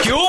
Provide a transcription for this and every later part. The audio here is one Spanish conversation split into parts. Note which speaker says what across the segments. Speaker 1: ¿Qué hubo,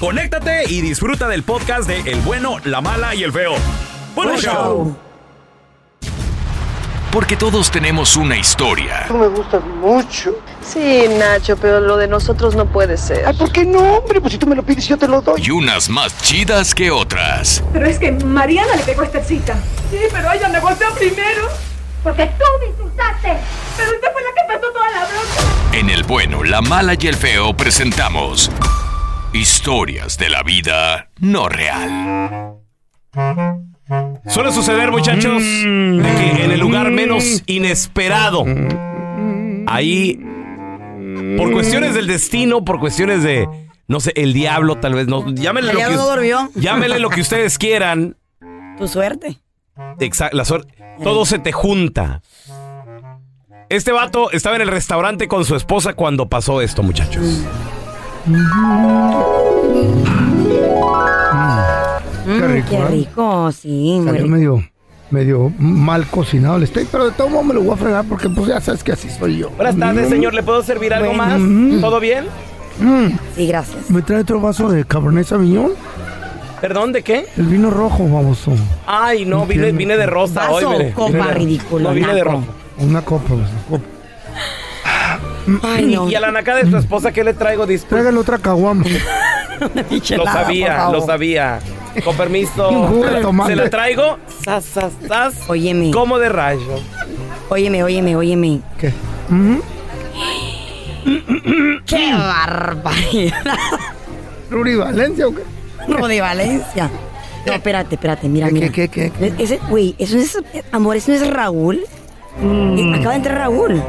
Speaker 1: conéctate y disfruta del podcast de El bueno, la mala y el feo. Bueno, show.
Speaker 2: Porque todos tenemos una historia.
Speaker 3: Tú me gustas mucho.
Speaker 4: Sí, Nacho, pero lo de nosotros no puede ser.
Speaker 3: Ay, ¿por qué no, hombre? Pues si tú me lo pides, yo te lo doy.
Speaker 2: Y unas más chidas que otras.
Speaker 5: Pero es que Mariana le pegó esta cita. Sí, pero ella me golpeó primero. Porque tú me insultaste. Pero usted fue la que pasó toda la bronca.
Speaker 2: En el bueno, la mala y el feo presentamos historias de la vida no real.
Speaker 1: Suele suceder, muchachos, de que en el lugar menos inesperado, ahí, por cuestiones del destino, por cuestiones de, no sé, el diablo tal vez, no, llámenle,
Speaker 6: El
Speaker 1: lo que,
Speaker 6: diablo durmió.
Speaker 1: llámenle lo que ustedes quieran,
Speaker 6: Tu suerte.
Speaker 1: Exacto, la suerte. Todo se te junta. Este vato estaba en el restaurante con su esposa cuando pasó esto, muchachos.
Speaker 6: Mm, qué rico,
Speaker 7: ¿eh?
Speaker 6: sí. muy
Speaker 7: Salió
Speaker 6: rico.
Speaker 7: medio, medio mal cocinado el steak, pero de todo modo me lo voy a fregar porque pues ya sabes que así soy yo.
Speaker 1: Buenas tardes, señor. ¿Le puedo servir algo más? ¿Todo bien?
Speaker 7: Mm,
Speaker 6: Sí, gracias.
Speaker 7: ¿Me trae otro vaso de Cabernet Sauvignon?
Speaker 1: ¿Perdón, de qué?
Speaker 7: El vino rojo, baboso.
Speaker 1: Ay, no, vine, vine de rosa hoy.
Speaker 6: Vaso,
Speaker 1: mire.
Speaker 6: copa,
Speaker 1: Vine de-
Speaker 6: ridículo,
Speaker 1: No, vine de
Speaker 6: naco.
Speaker 1: rojo.
Speaker 7: Una copa, pues. baboso.
Speaker 6: Ay, no.
Speaker 1: Y a la naca de su esposa, ¿qué le traigo? Disculpe.
Speaker 7: Tráigale otra caguama.
Speaker 1: Lo
Speaker 6: Michelada, por
Speaker 1: sabía,
Speaker 6: favor.
Speaker 1: lo sabía. Con
Speaker 7: Y un
Speaker 1: permiso.
Speaker 7: jugo de tomate.
Speaker 1: ¿Se la traigo? Sas, sas, sas.
Speaker 6: Óyeme,
Speaker 1: Como de rayo.
Speaker 6: óyeme, óyeme, óyeme.
Speaker 7: ¿Qué? Ujú.
Speaker 6: ¡Qué barbaridad!
Speaker 7: ¿Ruri Valencia o qué?
Speaker 6: Rodi Valencia. No, espérate, espérate, mira,
Speaker 7: ¿Qué,
Speaker 6: mira.
Speaker 7: qué, qué, qué?
Speaker 6: Ese, güey, eso no es, amor, ¿eso no es Raúl?
Speaker 7: Mm.
Speaker 6: Eh, Acaba de entrar Raúl.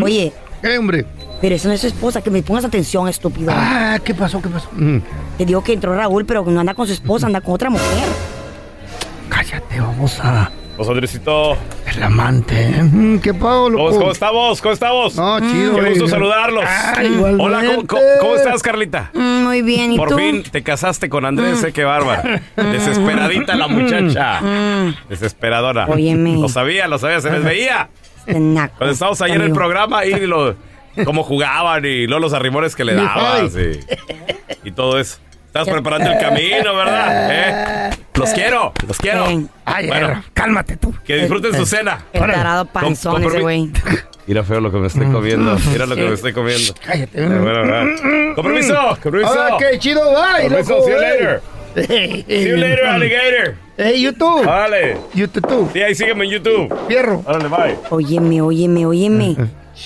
Speaker 6: Oye,
Speaker 7: ¿Qué, hombre?
Speaker 6: pero eso no es su esposa, que me pongas atención, estúpido.
Speaker 7: Ah, ¿qué pasó? ¿Qué pasó? Mm,
Speaker 6: Te digo que entró Raúl, pero no anda con su esposa, anda con otra mujer.
Speaker 7: Cállate, babosa.
Speaker 1: Pues, Andresito,
Speaker 7: El amante. ¿eh? Mm, ¿Qué pago, loco?
Speaker 1: ¿cómo estamos? ¿Cómo estamos?
Speaker 7: No, chido.
Speaker 1: Qué
Speaker 7: güey.
Speaker 1: gusto saludarlos.
Speaker 7: Ah,
Speaker 1: Hola,
Speaker 7: igualmente.
Speaker 1: ¿cómo, cómo- cómo estás, Carlita?
Speaker 6: Mm, Muy bien, ¿y
Speaker 1: Por
Speaker 6: tú?
Speaker 1: fin te casaste con Andrés, eh, qué bárbara. Desesperadita la muchacha. Desesperadora.
Speaker 6: Óyeme.
Speaker 1: Lo sabía, lo sabía, se les veía.
Speaker 6: Este naco.
Speaker 1: Cuando estábamos ahí en el
Speaker 6: Amigo.
Speaker 1: programa y lo, cómo jugaban y luego los arrimones que le
Speaker 7: Ay.
Speaker 1: dabas y, y todo eso. Estabas preparando el camino, ¿verdad? ¿Eh? Los quiero, los quiero.
Speaker 6: Ven.
Speaker 7: Ay,
Speaker 1: Bueno.
Speaker 7: eh, cálmate tú.
Speaker 1: Que disfruten
Speaker 6: Eh,
Speaker 1: su cena.
Speaker 6: El tarado panzón
Speaker 1: Con- con
Speaker 6: ese güey.
Speaker 1: Mira feo lo que me
Speaker 6: Mm.
Speaker 1: estoy comiendo. Mira lo que me estoy comiendo.
Speaker 7: Cállate. ¿eh?
Speaker 1: Bueno, bueno. Compromiso, compromiso.
Speaker 7: Ahora, qué chido, bye.
Speaker 1: Compromiso,
Speaker 7: loco,
Speaker 1: see you
Speaker 7: eh.
Speaker 1: later. See you later, Ah. alligator.
Speaker 7: Hey, YouTube.
Speaker 1: Órale.
Speaker 7: YouTube, tú.
Speaker 1: Sí, ahí sígueme en YouTube.
Speaker 7: Fierro.
Speaker 1: Órale, bye.
Speaker 6: Óyeme, óyeme, óyeme.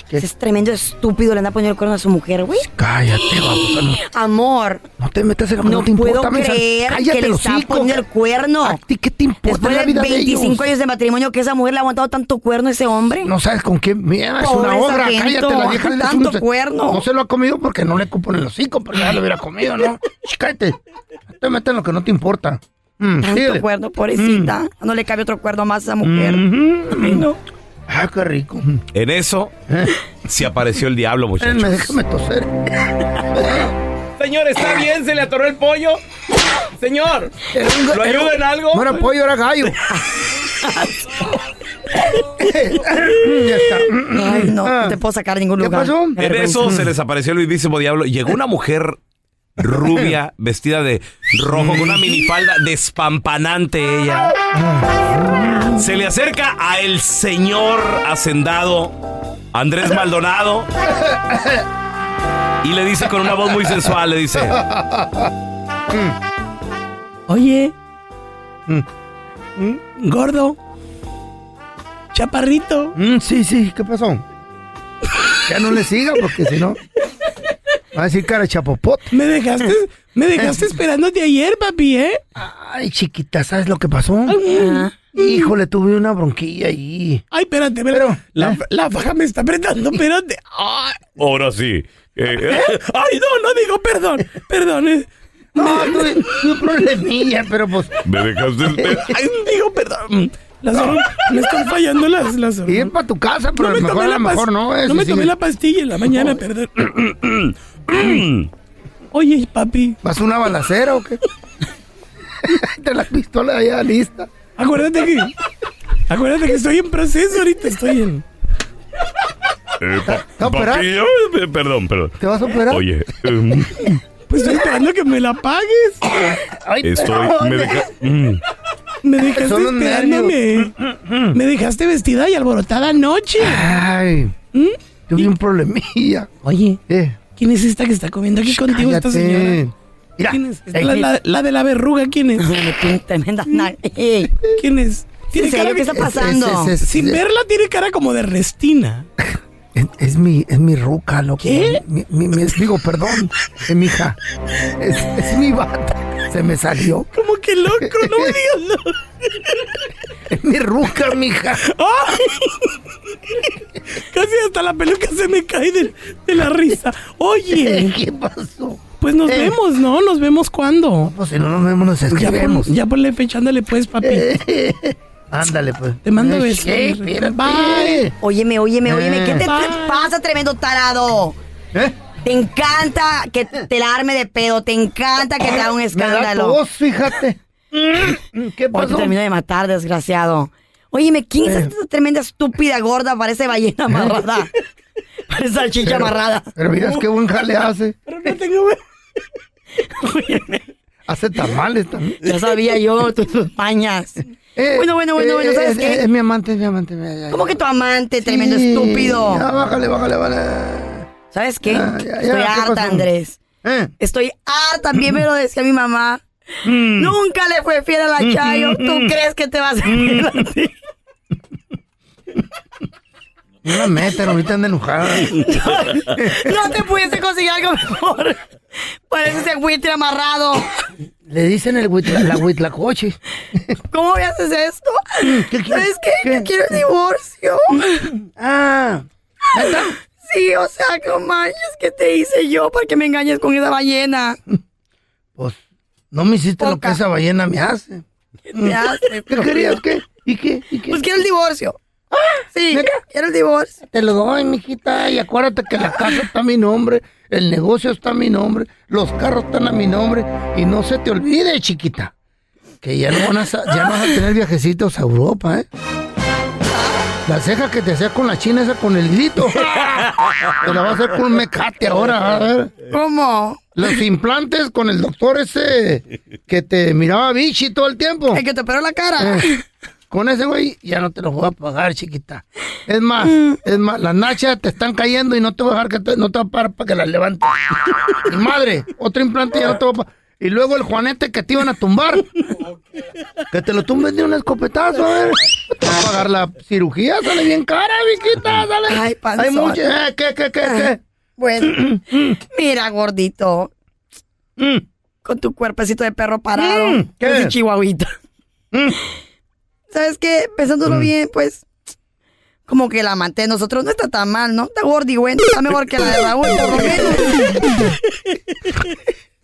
Speaker 7: ¿Qué?
Speaker 6: Ese es tremendo estúpido, le anda poniendo el cuerno a su mujer, güey.
Speaker 7: Cállate, babosa. No,
Speaker 6: Amor,
Speaker 7: no te metas en lo que no,
Speaker 6: no
Speaker 7: te importa.
Speaker 6: puedo
Speaker 7: mensa.
Speaker 6: creer
Speaker 7: Cállate,
Speaker 6: que le
Speaker 7: los
Speaker 6: está
Speaker 7: hocico.
Speaker 6: poniendo el cuerno.
Speaker 7: ¿A ti qué te importa
Speaker 6: Después
Speaker 7: la
Speaker 6: de
Speaker 7: vida de
Speaker 6: 25
Speaker 7: ellos?
Speaker 6: años de matrimonio que esa mujer le ha aguantado tanto cuerno a ese hombre.
Speaker 7: No sabes con qué mierda es
Speaker 6: Pobre
Speaker 7: una obra.
Speaker 6: sargento,
Speaker 7: Cállate, la vieja le
Speaker 6: tanto
Speaker 7: un-
Speaker 6: cuerno.
Speaker 7: No se lo ha comido porque no le cupo en el hocico, pero ya lo hubiera comido, ¿no? Ch, Cállate. No te metas en lo que no te importa. Mm,
Speaker 6: Tanto cuerno, pobrecita. No le cabe otro cuerno más a esa mujer.
Speaker 7: Mm.
Speaker 6: Ay, no.
Speaker 7: Ah, qué rico.
Speaker 1: En eso se apareció el diablo, muchachos.
Speaker 7: Espérenme, déjame toser.
Speaker 1: Señor, ¿está bien? ¿Se le atoró el pollo? Señor, ¿lo ayuda en algo?
Speaker 7: No era pollo, era gallo.
Speaker 6: Ya está.
Speaker 7: Mm,
Speaker 6: Ay, no, no te puedo sacar de ningún lugar.
Speaker 1: En eso se les apareció el vivísimo diablo. Llegó una mujer rubia, vestida de rojo, con una minifalda despampanante ella. Se le acerca a el señor hacendado Andrés Maldonado y le dice con una voz muy sensual, le dice,
Speaker 8: Oye. Gordo. Chaparrito.
Speaker 7: Mm, sí, sí, ¿qué pasó? Ya no le siga porque si no. Va a decir cara de chapopot. Eh.
Speaker 8: Me dejaste, me dejaste esperándote ayer, papi, ¿eh? mm,
Speaker 7: Ay, chiquita, ¿sabes lo que pasó? Híjole, tuve una bronquilla ahí. ¿eh?
Speaker 8: Ay, espérate, espérate. la, la faja me está apretando, espérate. Ay,
Speaker 1: ahora sí. eh,
Speaker 8: ay, no, no digo perdón, perdón. eh.
Speaker 7: No, tuve, tuve un problemilla, pero pues.
Speaker 1: me dejaste esper-
Speaker 8: Ay, digo perdón. Las hor- me están fallando las, las hor-
Speaker 7: Ir para tu casa, pero
Speaker 8: No
Speaker 7: a lo
Speaker 8: me
Speaker 7: mejor
Speaker 8: tomé
Speaker 7: a
Speaker 8: la
Speaker 7: lo mejor
Speaker 8: pas-
Speaker 7: no es.
Speaker 8: no me
Speaker 7: sí.
Speaker 8: tomé la pastilla en la mañana, perdón. Oye, papi,
Speaker 7: ¿Vas a una balacera o qué? Entre las pistolas allá lista.
Speaker 8: acuérdate que. Acuérdate que estoy en proceso ahorita, estoy en.
Speaker 1: eh, pa-
Speaker 7: ¿Te vas a operar?
Speaker 1: papillo, eh, perdón, perdón.
Speaker 7: ¿Te vas a
Speaker 9: ¿Ah?
Speaker 7: operar?
Speaker 1: Oye, em,
Speaker 8: Pues estoy esperando que me la pagues.
Speaker 7: Ay,
Speaker 1: estoy...
Speaker 7: perdón.
Speaker 1: Me deja- mm.
Speaker 8: Me dejaste
Speaker 7: Son los
Speaker 8: esperándome. Me dejaste vestida y alborotada anoche. ¿Mm?
Speaker 7: Ay, tuve un problemilla.
Speaker 8: Oye,
Speaker 7: Eh,
Speaker 8: ¿quién es esta que está comiendo aquí contigo esta
Speaker 7: cállate.
Speaker 8: señora?
Speaker 7: Mira,
Speaker 8: ¿Quién es? Esta, La, la- la de la verruga, ¿quién es?
Speaker 6: Ay, le tiene tremenda nal- Ey,
Speaker 8: ¿Quién es? Tiene
Speaker 6: ¿En serio
Speaker 8: cara
Speaker 6: qué
Speaker 8: que
Speaker 6: está pasando?
Speaker 7: Es, es- es-
Speaker 8: Sin
Speaker 7: es-
Speaker 8: verla tiene cara como de restina.
Speaker 7: es- es mi, es mi ruca, loco.
Speaker 8: ¿Qué?
Speaker 7: Mi, mi- mi- digo, perdón, es mi hija. Es, es mi bata. Se me salió.
Speaker 8: Como que loco, no me digas no.
Speaker 7: Es mi ruca, mija.
Speaker 8: ¡Ay! Casi hasta la peluca se me cae de, de la risa. Oye,
Speaker 7: ¿Qué pasó?
Speaker 8: pues nos
Speaker 7: Eh.
Speaker 8: vemos, ¿no? ¿Nos vemos cuándo?
Speaker 7: Pues si no nos vemos, nos
Speaker 8: Ya, pon,
Speaker 7: escribimos.
Speaker 8: ya ponle fecha, ándale pues, papi.
Speaker 7: Ándale, pues.
Speaker 8: Te mando
Speaker 7: Eh,
Speaker 8: besos.
Speaker 7: sí, espérate. Eh,
Speaker 8: Bye.
Speaker 6: Óyeme, óyeme, óyeme. ¿Qué te
Speaker 8: Ah.
Speaker 6: pasa, tremendo tarado?
Speaker 7: ¿Eh?
Speaker 6: Te encanta que te la arme de pedo. Te encanta que te haga un
Speaker 7: Me da
Speaker 6: escándalo. Mm.
Speaker 7: tos, fíjate. ¿Qué
Speaker 6: Hoy te
Speaker 7: pasó?
Speaker 6: termino de matar, desgraciado. Óyeme, ¿quién
Speaker 7: Eh.
Speaker 6: es esta tremenda estúpida gorda? Parece ballena amarrada. Parece salchicha amarrada.
Speaker 7: Pero miras qué buen jale hace.
Speaker 8: Pero no tengo...
Speaker 6: Óyeme.
Speaker 7: Hace tamales también.
Speaker 6: Ya sabía yo tus tus mañas.
Speaker 7: Eh,
Speaker 6: bueno, bueno, bueno,
Speaker 7: eh,
Speaker 6: bueno, ¿sabes
Speaker 7: eh,
Speaker 6: qué?
Speaker 7: Es mi amante, es mi amante. ya, ya, ya.
Speaker 6: ¿Cómo que tu amante,
Speaker 7: Sí.
Speaker 6: tremendo estúpido?
Speaker 7: Ya, bájale, bájale, bájale.
Speaker 6: ¿Sabes qué?
Speaker 7: Ah, Ya, ya, ya,
Speaker 6: Estoy
Speaker 7: ¿qué
Speaker 6: harta,
Speaker 7: pasó?
Speaker 6: Andrés.
Speaker 7: Eh,
Speaker 6: Estoy harta, también me lo decía mi mamá.
Speaker 7: Mm.
Speaker 6: Nunca le fue fiel a la Chayo. ¿Tú crees que te vas a
Speaker 7: Mm.
Speaker 6: fiel a ti?
Speaker 7: no la metan, ahorita anda enojada.
Speaker 6: No te pudiste conseguir algo mejor. Parece ese buitre amarrado.
Speaker 7: Le dicen el huitla, la huitlacoche.
Speaker 6: ¿Cómo me haces esto?
Speaker 7: quieres?
Speaker 6: ¿Sabes qué?
Speaker 7: Mm, ¿Qué?
Speaker 6: Que
Speaker 7: Mm.
Speaker 6: quiero el divorcio.
Speaker 7: Ah, ¿neta?
Speaker 6: Sí, o sea, que no manches, ¿qué te hice yo para que me engañes con esa ballena?
Speaker 7: Pues no me hiciste lo que
Speaker 6: Poca.
Speaker 7: esa ballena me hace.
Speaker 6: ¿Qué te haces?
Speaker 7: ¿Qué querías? ¿Qué? ¿Y qué? ¿Y qué?
Speaker 6: Pues quiero el divorcio. Sí,
Speaker 7: Ah, ¿neta?
Speaker 6: quiero el divorcio.
Speaker 7: Te lo doy, mijita, y acuérdate que la casa está a mi nombre, el negocio está a mi nombre, los carros están a mi nombre, y no se te olvide, chiquita, que ya no, van a sa- ya no vas a tener viajecitos a Europa, ¿eh? La ceja que te hacía con la china esa con el grito, te la vas a hacer con un mecate ahora, a ver.
Speaker 6: ¿Cómo?
Speaker 7: Los implantes con el doctor ese que te miraba bichi todo el tiempo.
Speaker 6: El que te operó la cara.
Speaker 7: Eh, Con ese güey ya no te lo voy a pagar, chiquita. Es más, es más, las nachas te están cayendo y no te voy a dejar que te, no te voy a pagar para que las levantes. Y madre, otro implante ya no te voy a pagar. Y luego el juanete que te iban a tumbar. Que te lo tumben de un escopetazo, a ver. Te voy a pagar la cirugía, sale bien cara, viejita, sale.
Speaker 6: Ay, panzón.
Speaker 7: Hay mucho, eh, ¿qué, qué, qué, qué?
Speaker 6: Bueno, mira, gordito. Con tu cuerpecito de perro parado.
Speaker 7: Mm, ¿qué?
Speaker 6: Ese chihuahuita. ¿Sabes qué? Pensándolo bien, pues. Como que la amante de nosotros no está tan mal, ¿no? Está gordi, güey. Está mejor que la de Raúl, por lo menos.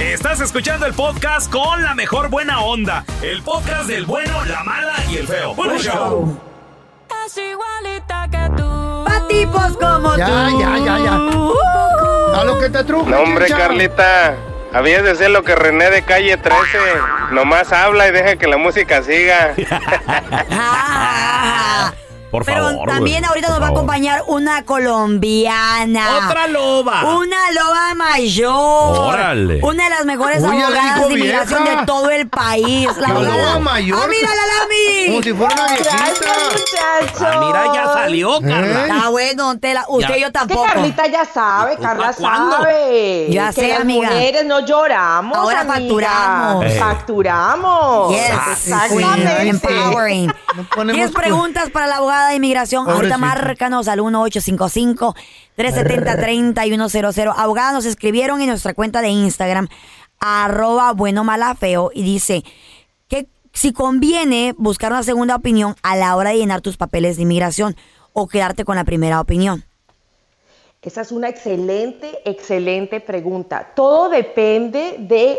Speaker 1: Estás escuchando el podcast con la mejor buena onda. El podcast del bueno, la mala y el feo. ¡Buen show!
Speaker 6: Pa' tipos como
Speaker 7: Ya,
Speaker 6: tú.
Speaker 7: ya, ya, ya. A lo que te trujo.
Speaker 10: No, hombre, Carlita. Habías de ser lo que René de calle 13. Nomás habla y deja que la música siga.
Speaker 1: Por
Speaker 6: Pero
Speaker 10: favor,
Speaker 6: también
Speaker 10: güey,
Speaker 6: ahorita
Speaker 10: por
Speaker 6: nos va a
Speaker 10: favor.
Speaker 6: acompañar una colombiana.
Speaker 1: ¡Otra loba!
Speaker 6: Una loba mayor.
Speaker 1: ¡Órale!
Speaker 6: Una de las mejores
Speaker 7: Oye, la
Speaker 6: abogadas
Speaker 7: dijo
Speaker 6: de inmigración
Speaker 7: vieja.
Speaker 6: de todo el país. La
Speaker 7: ¡Qué
Speaker 6: abogada-
Speaker 7: loba mayor!
Speaker 6: ¡Ah, mira la Lami!
Speaker 7: Como si fuera una viejita.
Speaker 6: muchachos!
Speaker 1: Ah, mira, ya salió, Carla.
Speaker 6: Está Ah, bueno, don Tela. Usted
Speaker 1: Ya.
Speaker 6: y yo tampoco.
Speaker 9: Que Carlita ya sabe, Carla
Speaker 6: ¿Cuándo?
Speaker 9: sabe.
Speaker 6: Ya
Speaker 9: que
Speaker 6: sé,
Speaker 9: las
Speaker 6: amiga.
Speaker 9: mujeres no lloramos.
Speaker 6: Ahora
Speaker 9: amiga.
Speaker 6: facturamos.
Speaker 9: Eh. Facturamos.
Speaker 6: Yes,
Speaker 9: Exactamente.
Speaker 6: queen, empowering. 10 preguntas para la abogada de inmigración. Ahorita márcanos al 1855-370-3100. Abogada, nos escribieron en nuestra cuenta de Instagram, arroba bueno mala feo, y dice que si conviene buscar una segunda opinión a la hora de llenar tus papeles de inmigración o quedarte con la primera opinión.
Speaker 9: Esa es una excelente, excelente pregunta. Todo depende de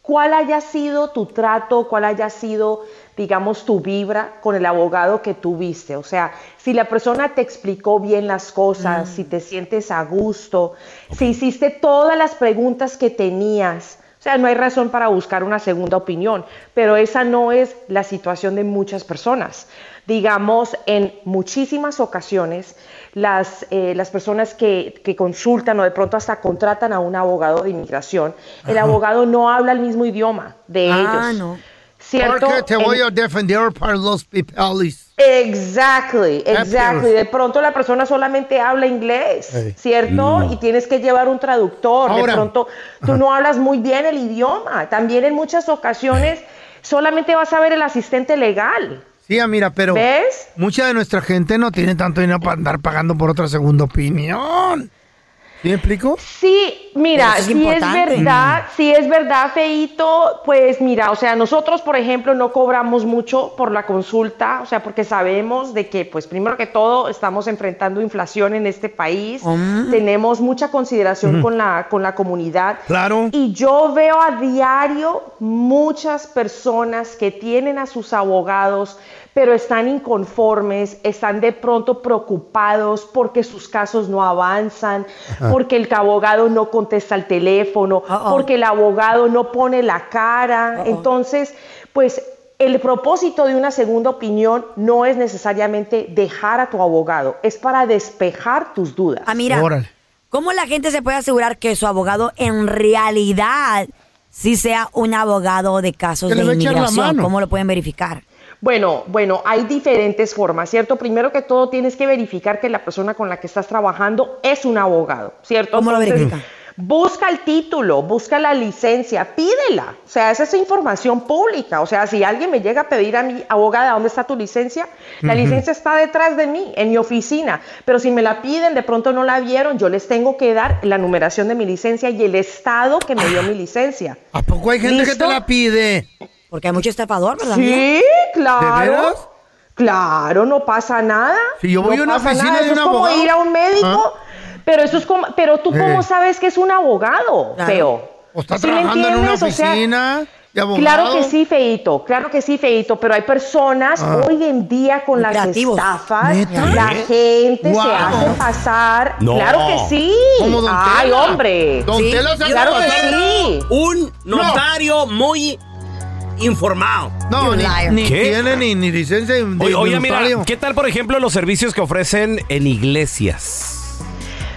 Speaker 9: cuál haya sido tu trato, cuál haya sido, digamos, tu vibra con el abogado que tuviste. O sea, si la persona te explicó bien las cosas,
Speaker 6: Mm.
Speaker 9: si te sientes a gusto, si hiciste todas las preguntas que tenías. O sea, no hay razón para buscar una segunda opinión, pero esa no es la situación de muchas personas. Digamos, en muchísimas ocasiones, las, eh, las personas que, que consultan o de pronto hasta contratan a un abogado de inmigración, el
Speaker 7: Ajá.
Speaker 9: abogado no habla el mismo idioma de
Speaker 7: Ah,
Speaker 9: ellos.
Speaker 7: no.
Speaker 9: ¿Cierto?
Speaker 7: Porque te
Speaker 9: En-
Speaker 7: voy a defender por los pipelis.
Speaker 9: Exactly,
Speaker 7: Happy
Speaker 9: exactly.
Speaker 7: hours.
Speaker 9: De pronto la persona solamente habla inglés,
Speaker 7: Ey.
Speaker 9: ¿cierto?
Speaker 7: Mm.
Speaker 9: Y tienes que llevar un traductor. de
Speaker 7: Ahora.
Speaker 9: pronto tú
Speaker 7: Ajá.
Speaker 9: no hablas muy bien el idioma. También en muchas ocasiones solamente vas a ver el asistente legal.
Speaker 7: Sí, ah, mira, pero
Speaker 9: ¿Ves?
Speaker 7: mucha de nuestra gente no tiene tanto dinero para andar pagando por otra segunda opinión. ¿Sí me explico?
Speaker 9: Sí, mira,
Speaker 7: Pero eso es
Speaker 9: si es
Speaker 7: importante.
Speaker 9: verdad, si es verdad, Feito, pues mira, o sea, nosotros, por ejemplo, no cobramos mucho por la consulta, o sea, porque sabemos de que, pues primero que todo, estamos enfrentando inflación en este país,
Speaker 11: Mm.
Speaker 9: tenemos mucha consideración
Speaker 11: Mm.
Speaker 9: con, la, con la comunidad.
Speaker 11: Claro.
Speaker 9: Y yo veo a diario muchas personas que tienen a sus abogados, pero están inconformes, están de pronto preocupados porque sus casos no avanzan,
Speaker 11: Ajá.
Speaker 9: porque el abogado no contesta el teléfono, porque el abogado no pone la cara. Entonces, pues el propósito de una segunda opinión no es necesariamente dejar a tu abogado, es para despejar tus dudas.
Speaker 6: Ah, mira. ¿Cómo la gente se puede asegurar que su abogado en realidad sí sea un abogado de casos
Speaker 9: Que
Speaker 6: de
Speaker 9: le va a echar la
Speaker 6: inmigración?
Speaker 9: mano.
Speaker 6: ¿Cómo lo pueden verificar?
Speaker 9: Bueno, bueno, hay diferentes formas, ¿cierto? Primero que todo tienes que verificar que la persona con la que estás trabajando es un abogado, ¿cierto?
Speaker 6: ¿Cómo lo
Speaker 9: Entonces,
Speaker 6: verifica?
Speaker 9: Busca el título, busca la licencia, pídela. O sea, esa es información pública. O sea, si alguien me llega a pedir a mi abogada, ¿dónde está tu licencia? La
Speaker 11: Ujú.
Speaker 9: licencia está detrás de mí, en mi oficina. Pero si me la piden, de pronto no la vieron, yo les tengo que dar la numeración de mi licencia y el estado que me dio mi licencia.
Speaker 7: ¿A poco hay gente que te la pide?
Speaker 6: Porque hay mucho estafador, ¿verdad?
Speaker 9: Sí,
Speaker 7: ¿De
Speaker 9: claro.
Speaker 7: veras?
Speaker 9: Claro, no pasa nada.
Speaker 7: Si yo voy
Speaker 9: No
Speaker 7: a una
Speaker 9: pasa
Speaker 7: oficina
Speaker 9: nada.
Speaker 7: de
Speaker 9: Eso
Speaker 7: un
Speaker 9: es como
Speaker 7: abogado. ¿Ah?
Speaker 9: ir a un médico, pero eso es como, pero tú
Speaker 7: Eh.
Speaker 9: cómo sabes que es un abogado,
Speaker 7: Claro.
Speaker 9: feo.
Speaker 7: O está
Speaker 9: ¿Sí me
Speaker 7: trabajando en una
Speaker 9: entiendes? O sea,
Speaker 7: oficina.
Speaker 9: Claro que sí, Feito, claro que sí, Feito, pero hay personas
Speaker 7: Ah.
Speaker 9: hoy en día con las
Speaker 7: Lucrativos.
Speaker 9: estafas,
Speaker 7: ¿Neta?
Speaker 9: la
Speaker 7: ¿Eh?
Speaker 9: gente
Speaker 7: Guau.
Speaker 9: se hace pasar.
Speaker 7: No.
Speaker 9: Claro que sí.
Speaker 7: Como Don
Speaker 9: Ay,
Speaker 7: Tela.
Speaker 9: hombre.
Speaker 7: Don
Speaker 9: Sí,
Speaker 7: Tela se hace
Speaker 9: Claro que
Speaker 7: pasar.
Speaker 9: sí.
Speaker 11: Un notario muy informado.
Speaker 7: No, ni, ni
Speaker 1: ¿Qué?
Speaker 7: tiene ni, ni licencia de
Speaker 1: Oye,
Speaker 7: de
Speaker 1: oye, mira,
Speaker 7: notario.
Speaker 1: ¿qué tal, por ejemplo, los servicios que ofrecen en iglesias?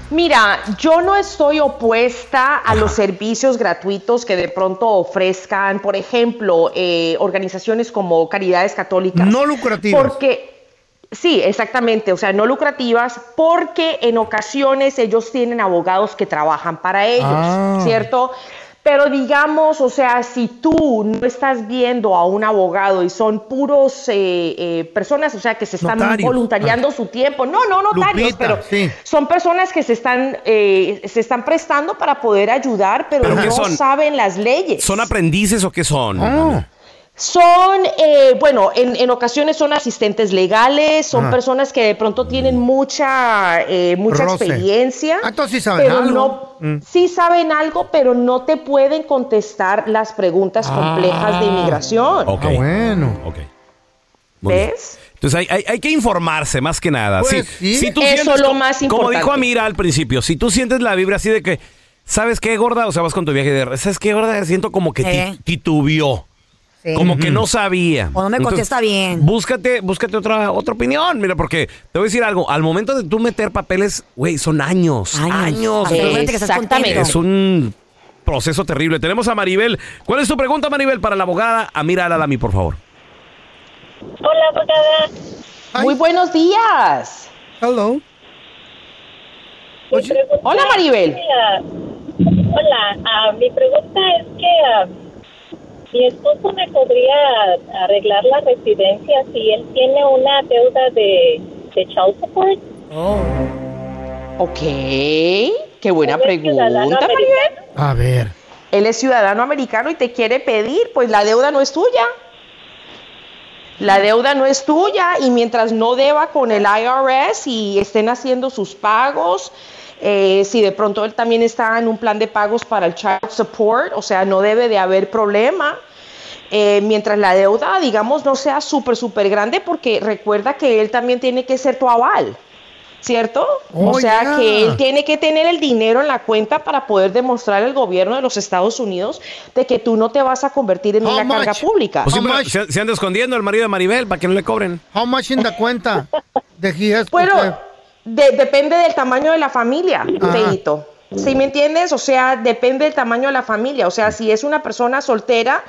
Speaker 9: Mira, yo no estoy opuesta a los servicios gratuitos que de pronto ofrezcan, por ejemplo, eh, organizaciones como Caridades Católicas.
Speaker 7: No lucrativas.
Speaker 9: Porque, sí, exactamente, o sea, no lucrativas, porque en ocasiones ellos tienen abogados que trabajan para ellos,
Speaker 12: Ah.
Speaker 9: ¿cierto? Pero digamos, o sea, si tú no estás viendo a un abogado y son puros eh, eh, personas, o sea, que se están
Speaker 7: Notarios. Ah.
Speaker 9: voluntariando su tiempo, no, no, notarios,
Speaker 7: Lupita,
Speaker 9: pero
Speaker 7: sí.
Speaker 9: son personas que se están, eh, se están prestando para poder ayudar, pero,
Speaker 1: ¿Pero qué
Speaker 9: no
Speaker 1: son?
Speaker 9: saben las leyes.
Speaker 1: ¿Son aprendices o qué son?
Speaker 9: Son, eh, bueno, en, en ocasiones son asistentes legales, son
Speaker 1: Ah.
Speaker 9: personas que de pronto tienen mucha, eh, mucha
Speaker 7: Roce.
Speaker 9: experiencia.
Speaker 7: Ah, entonces sí saben
Speaker 9: pero
Speaker 7: algo.
Speaker 9: no-
Speaker 7: Mm.
Speaker 9: sí saben algo, pero no te pueden contestar las preguntas complejas de inmigración.
Speaker 1: Ah. Ok.
Speaker 7: bueno.
Speaker 1: Ok. Muy bien.
Speaker 9: ¿Ves?
Speaker 1: Entonces hay, hay- hay que informarse más que nada.
Speaker 9: Pues
Speaker 1: Sí.
Speaker 9: sí.
Speaker 1: Si tú
Speaker 9: Eso
Speaker 1: sientes,
Speaker 9: lo
Speaker 1: co-
Speaker 9: más
Speaker 1: Como
Speaker 9: importante.
Speaker 1: dijo Amira al principio, si tú sientes la vibra así de que, ¿sabes qué, gorda? O sea, vas con tu viaje de... ¿Sabes qué, gorda? Siento como que ti-
Speaker 6: Sí.
Speaker 1: titubeó.
Speaker 6: Sí.
Speaker 1: Como
Speaker 6: Ujú.
Speaker 1: que no sabía.
Speaker 6: O no me
Speaker 1: Entonces,
Speaker 6: contesta bien.
Speaker 1: Búscate, búscate otra, otra opinión. Mira, porque te voy a decir algo. Al momento de tú meter papeles, güey, son años. Años.
Speaker 6: Hasta el momento que estás contento.
Speaker 1: Es un proceso terrible. Tenemos a Maribel. ¿Cuál es tu pregunta, Maribel, para la abogada Amira Alalami, por favor?
Speaker 9: Hola, abogada. Muy buenos días.
Speaker 7: Hello.
Speaker 9: Hola, Maribel.
Speaker 13: Hola, ah, mi pregunta es que ah, mi esposo me podría arreglar la residencia si él tiene una deuda de, de child support.
Speaker 9: Ok, qué buena
Speaker 13: Él es
Speaker 9: pregunta,
Speaker 13: ciudadano
Speaker 9: Maribel.
Speaker 13: americano.
Speaker 7: A ver.
Speaker 9: Él es ciudadano americano y te quiere pedir, pues la deuda no es tuya. La deuda no es tuya y mientras no deba con el IRS y estén haciendo sus pagos, eh, si de pronto él también está en un plan de pagos para el child support, o sea, no debe de haber problema. Eh, mientras la deuda, digamos, no sea súper, súper grande, porque recuerda que él también tiene que ser tu aval, ¿cierto?
Speaker 7: Oh,
Speaker 9: o sea,
Speaker 7: ya.
Speaker 9: que él tiene que tener el dinero en la cuenta para poder demostrar al gobierno de los Estados Unidos de que tú no te vas a convertir en una carga pública.
Speaker 1: Pues sí, pero se, se anda escondiendo el marido de Maribel para que no le cobren.
Speaker 7: How much in the cuenta? De he has-
Speaker 9: Bueno, Pues, de- depende del tamaño de la familia, Feito. ¿Sí me entiendes? O sea, depende del tamaño de la familia. O sea, si es una persona soltera,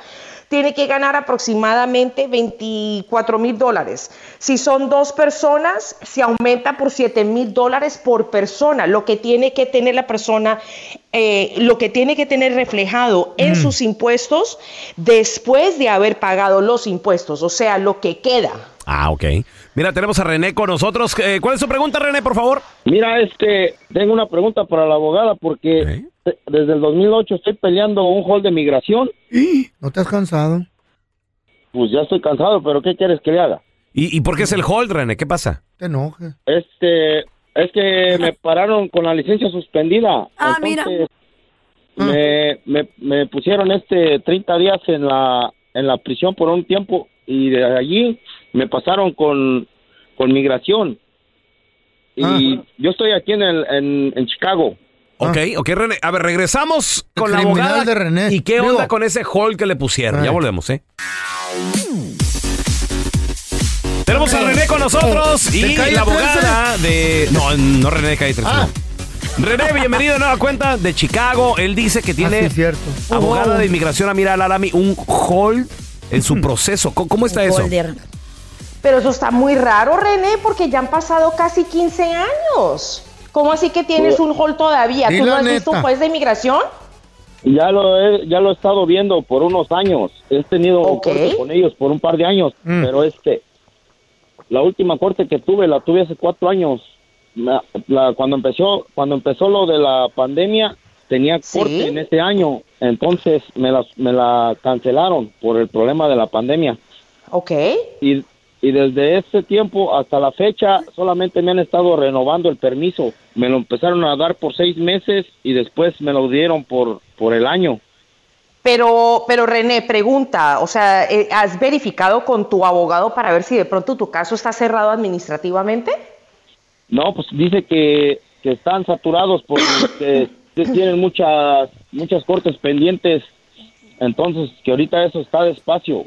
Speaker 9: tiene que ganar aproximadamente 24 mil dólares. Si son dos personas, se aumenta por 7 mil dólares por persona, lo que tiene que tener la persona, eh, lo que tiene que tener reflejado en sus impuestos después de haber pagado los impuestos, o sea, lo que queda.
Speaker 1: Ah, ok. Mira, tenemos a René con nosotros. Eh, ¿Cuál es su pregunta, René, por favor?
Speaker 14: Mira, este, tengo una pregunta para la abogada porque te- desde el 2008 estoy peleando un hall de migración.
Speaker 7: ¿No te has cansado?
Speaker 14: Pues ya estoy cansado, pero ¿qué quieres que le haga?
Speaker 1: ¿Y, y por qué es el hold, René? ¿Qué pasa?
Speaker 7: Te enojes.
Speaker 14: Este, es que me pararon con la licencia suspendida.
Speaker 6: Ah, mira.
Speaker 14: Me, me, me pusieron este 30 días en la, en la prisión por un tiempo y de allí me pasaron con, con migración. Y
Speaker 7: Ah,
Speaker 14: yo estoy aquí en, el, en, en Chicago.
Speaker 1: Ok, ok, René. A ver, regresamos con la
Speaker 14: Ah. criminal
Speaker 1: abogada.
Speaker 14: de René.
Speaker 1: ¿Y qué
Speaker 14: Digo-
Speaker 1: onda con ese hold que le pusieron? Ya volvemos, ¿eh? Tenemos a René con
Speaker 14: Oh.
Speaker 1: nosotros
Speaker 15: ¿De
Speaker 1: y
Speaker 15: Calle
Speaker 1: la abogada de... No, no René de Calle 13,
Speaker 14: Ah.
Speaker 1: no. René, bienvenido de nueva cuenta de Chicago. Él dice que tiene
Speaker 7: sí, cierto.
Speaker 1: abogada
Speaker 7: Wow.
Speaker 1: de inmigración Amira Alarami, un hold en
Speaker 14: Hmm.
Speaker 1: su proceso. ¿Cómo, cómo está eso?
Speaker 9: Pero eso está muy raro, René, porque ya han pasado casi 15 años. ¿Cómo así que tienes
Speaker 14: Pues,
Speaker 9: un hall todavía?
Speaker 14: Di
Speaker 9: ¿Tú
Speaker 14: la
Speaker 9: no has visto un
Speaker 14: neta.
Speaker 9: juez de inmigración?
Speaker 14: Ya lo he, ya lo he estado viendo por unos años. He tenido corte con ellos por un par de años,
Speaker 7: Mm,
Speaker 14: pero este la última corte que tuve la tuve hace cuatro años. La- la- cuando empezó cuando empezó lo de la pandemia tenía corte en ese año, entonces me la me la cancelaron por el problema de la pandemia.
Speaker 9: Ok.
Speaker 14: Y y desde ese tiempo hasta la fecha solamente me han estado renovando el permiso. Me lo empezaron a dar por seis meses y después me lo dieron por por el año.
Speaker 9: Pero, pero René, pregunta, o sea, eh, ¿has verificado con tu abogado para ver si de pronto tu caso está cerrado administrativamente?
Speaker 14: No, pues dice que, que están saturados porque que- que tienen muchas, muchas cortes pendientes. Entonces, que ahorita eso está despacio.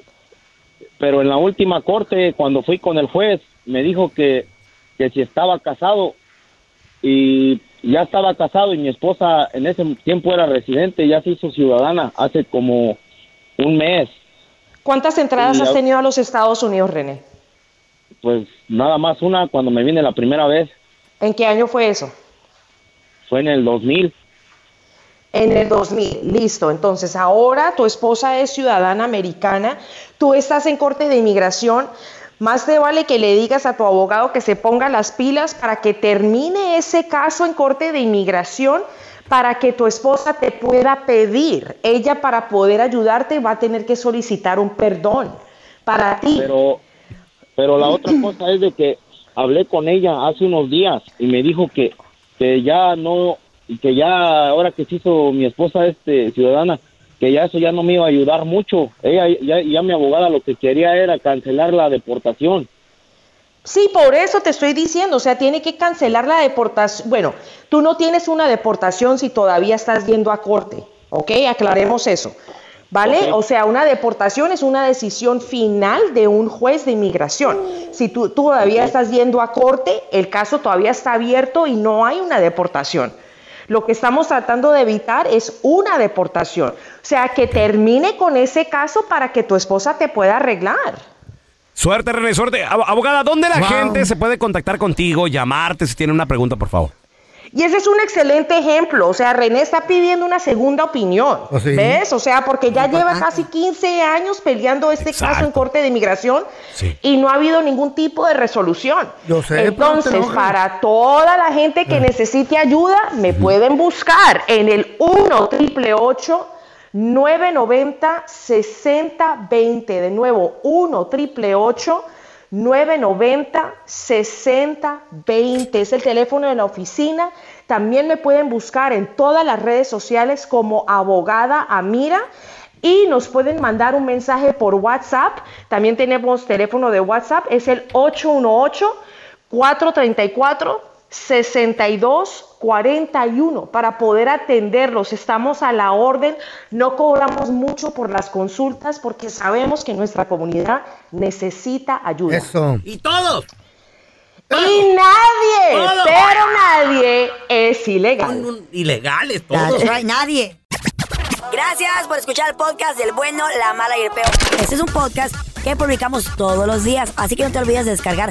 Speaker 14: Pero en la última corte, cuando fui con el juez, me dijo que, que si estaba casado y ya estaba casado y mi esposa en ese tiempo era residente, ya se hizo ciudadana hace como un mes.
Speaker 9: ¿Cuántas entradas
Speaker 14: Sí,
Speaker 9: has
Speaker 14: ya-
Speaker 9: tenido a los Estados Unidos, René?
Speaker 14: Pues nada más una cuando me vine la primera vez,
Speaker 9: ¿En qué año fue eso?
Speaker 14: fue en el 2000.
Speaker 9: En el 2000, listo. Entonces, ahora tu esposa es ciudadana americana, tú estás en corte de inmigración, más te vale que le digas a tu abogado que se ponga las pilas para que termine ese caso en corte de inmigración para que tu esposa te pueda pedir. Ella para poder ayudarte va a tener que solicitar un perdón para ti.
Speaker 14: Pero, pero la otra cosa es de que hablé con ella hace unos días y me dijo que, que ya no, que ya ahora que se hizo mi esposa este ciudadana, que ya eso ya no me iba a ayudar mucho. Ella ya, ya mi abogada lo que quería era cancelar la deportación.
Speaker 9: Sí, por eso te estoy diciendo, o sea, tiene que cancelar la deportación. Bueno, tú no tienes una deportación si todavía estás yendo a corte, ¿ok? Aclaremos eso, ¿vale?
Speaker 16: Ok.
Speaker 9: O sea, una deportación es una decisión final de un juez de inmigración. Si tú tú todavía estás yendo a corte, el caso todavía está abierto y no hay una deportación. Lo que estamos tratando de evitar es una deportación, o sea, que termine con ese caso para que tu esposa te pueda arreglar.
Speaker 1: Suerte, René, suerte. Ab- Abogada, ¿dónde la gente se puede contactar contigo, llamarte si tiene una pregunta, por favor?
Speaker 9: Y ese es un excelente ejemplo. O sea, René está pidiendo una segunda opinión.
Speaker 7: Oh,
Speaker 1: Ah, sí.
Speaker 9: ¿Ves? O sea, porque ya lleva casi 15 años peleando este caso en Corte de Inmigración
Speaker 1: Sí.
Speaker 9: y no ha habido ningún tipo de resolución.
Speaker 7: Yo sé, pero no te
Speaker 9: Entonces,
Speaker 7: enojes.
Speaker 9: para toda la gente que necesite ayuda, me pueden buscar en el 1 triple 990 6020. De nuevo, 1 triple 990 6020. Es el teléfono de la oficina. También me pueden buscar en todas las redes sociales como abogada Amira. Y nos pueden mandar un mensaje por WhatsApp. También tenemos teléfono de WhatsApp. Es el 818. 434-6241 para poder atenderlos. Estamos a la orden, no cobramos mucho por las consultas porque sabemos que nuestra comunidad necesita ayuda.
Speaker 7: mm, Eso.
Speaker 9: Y todos. Y nadie,
Speaker 7: Todos.
Speaker 9: pero nadie es ilegal.
Speaker 11: Ilegales todos.
Speaker 6: That's right, nadie. Gracias por escuchar el podcast del bueno, la mala y el peor. Este es un podcast que publicamos todos los días, así que no te olvides de descargar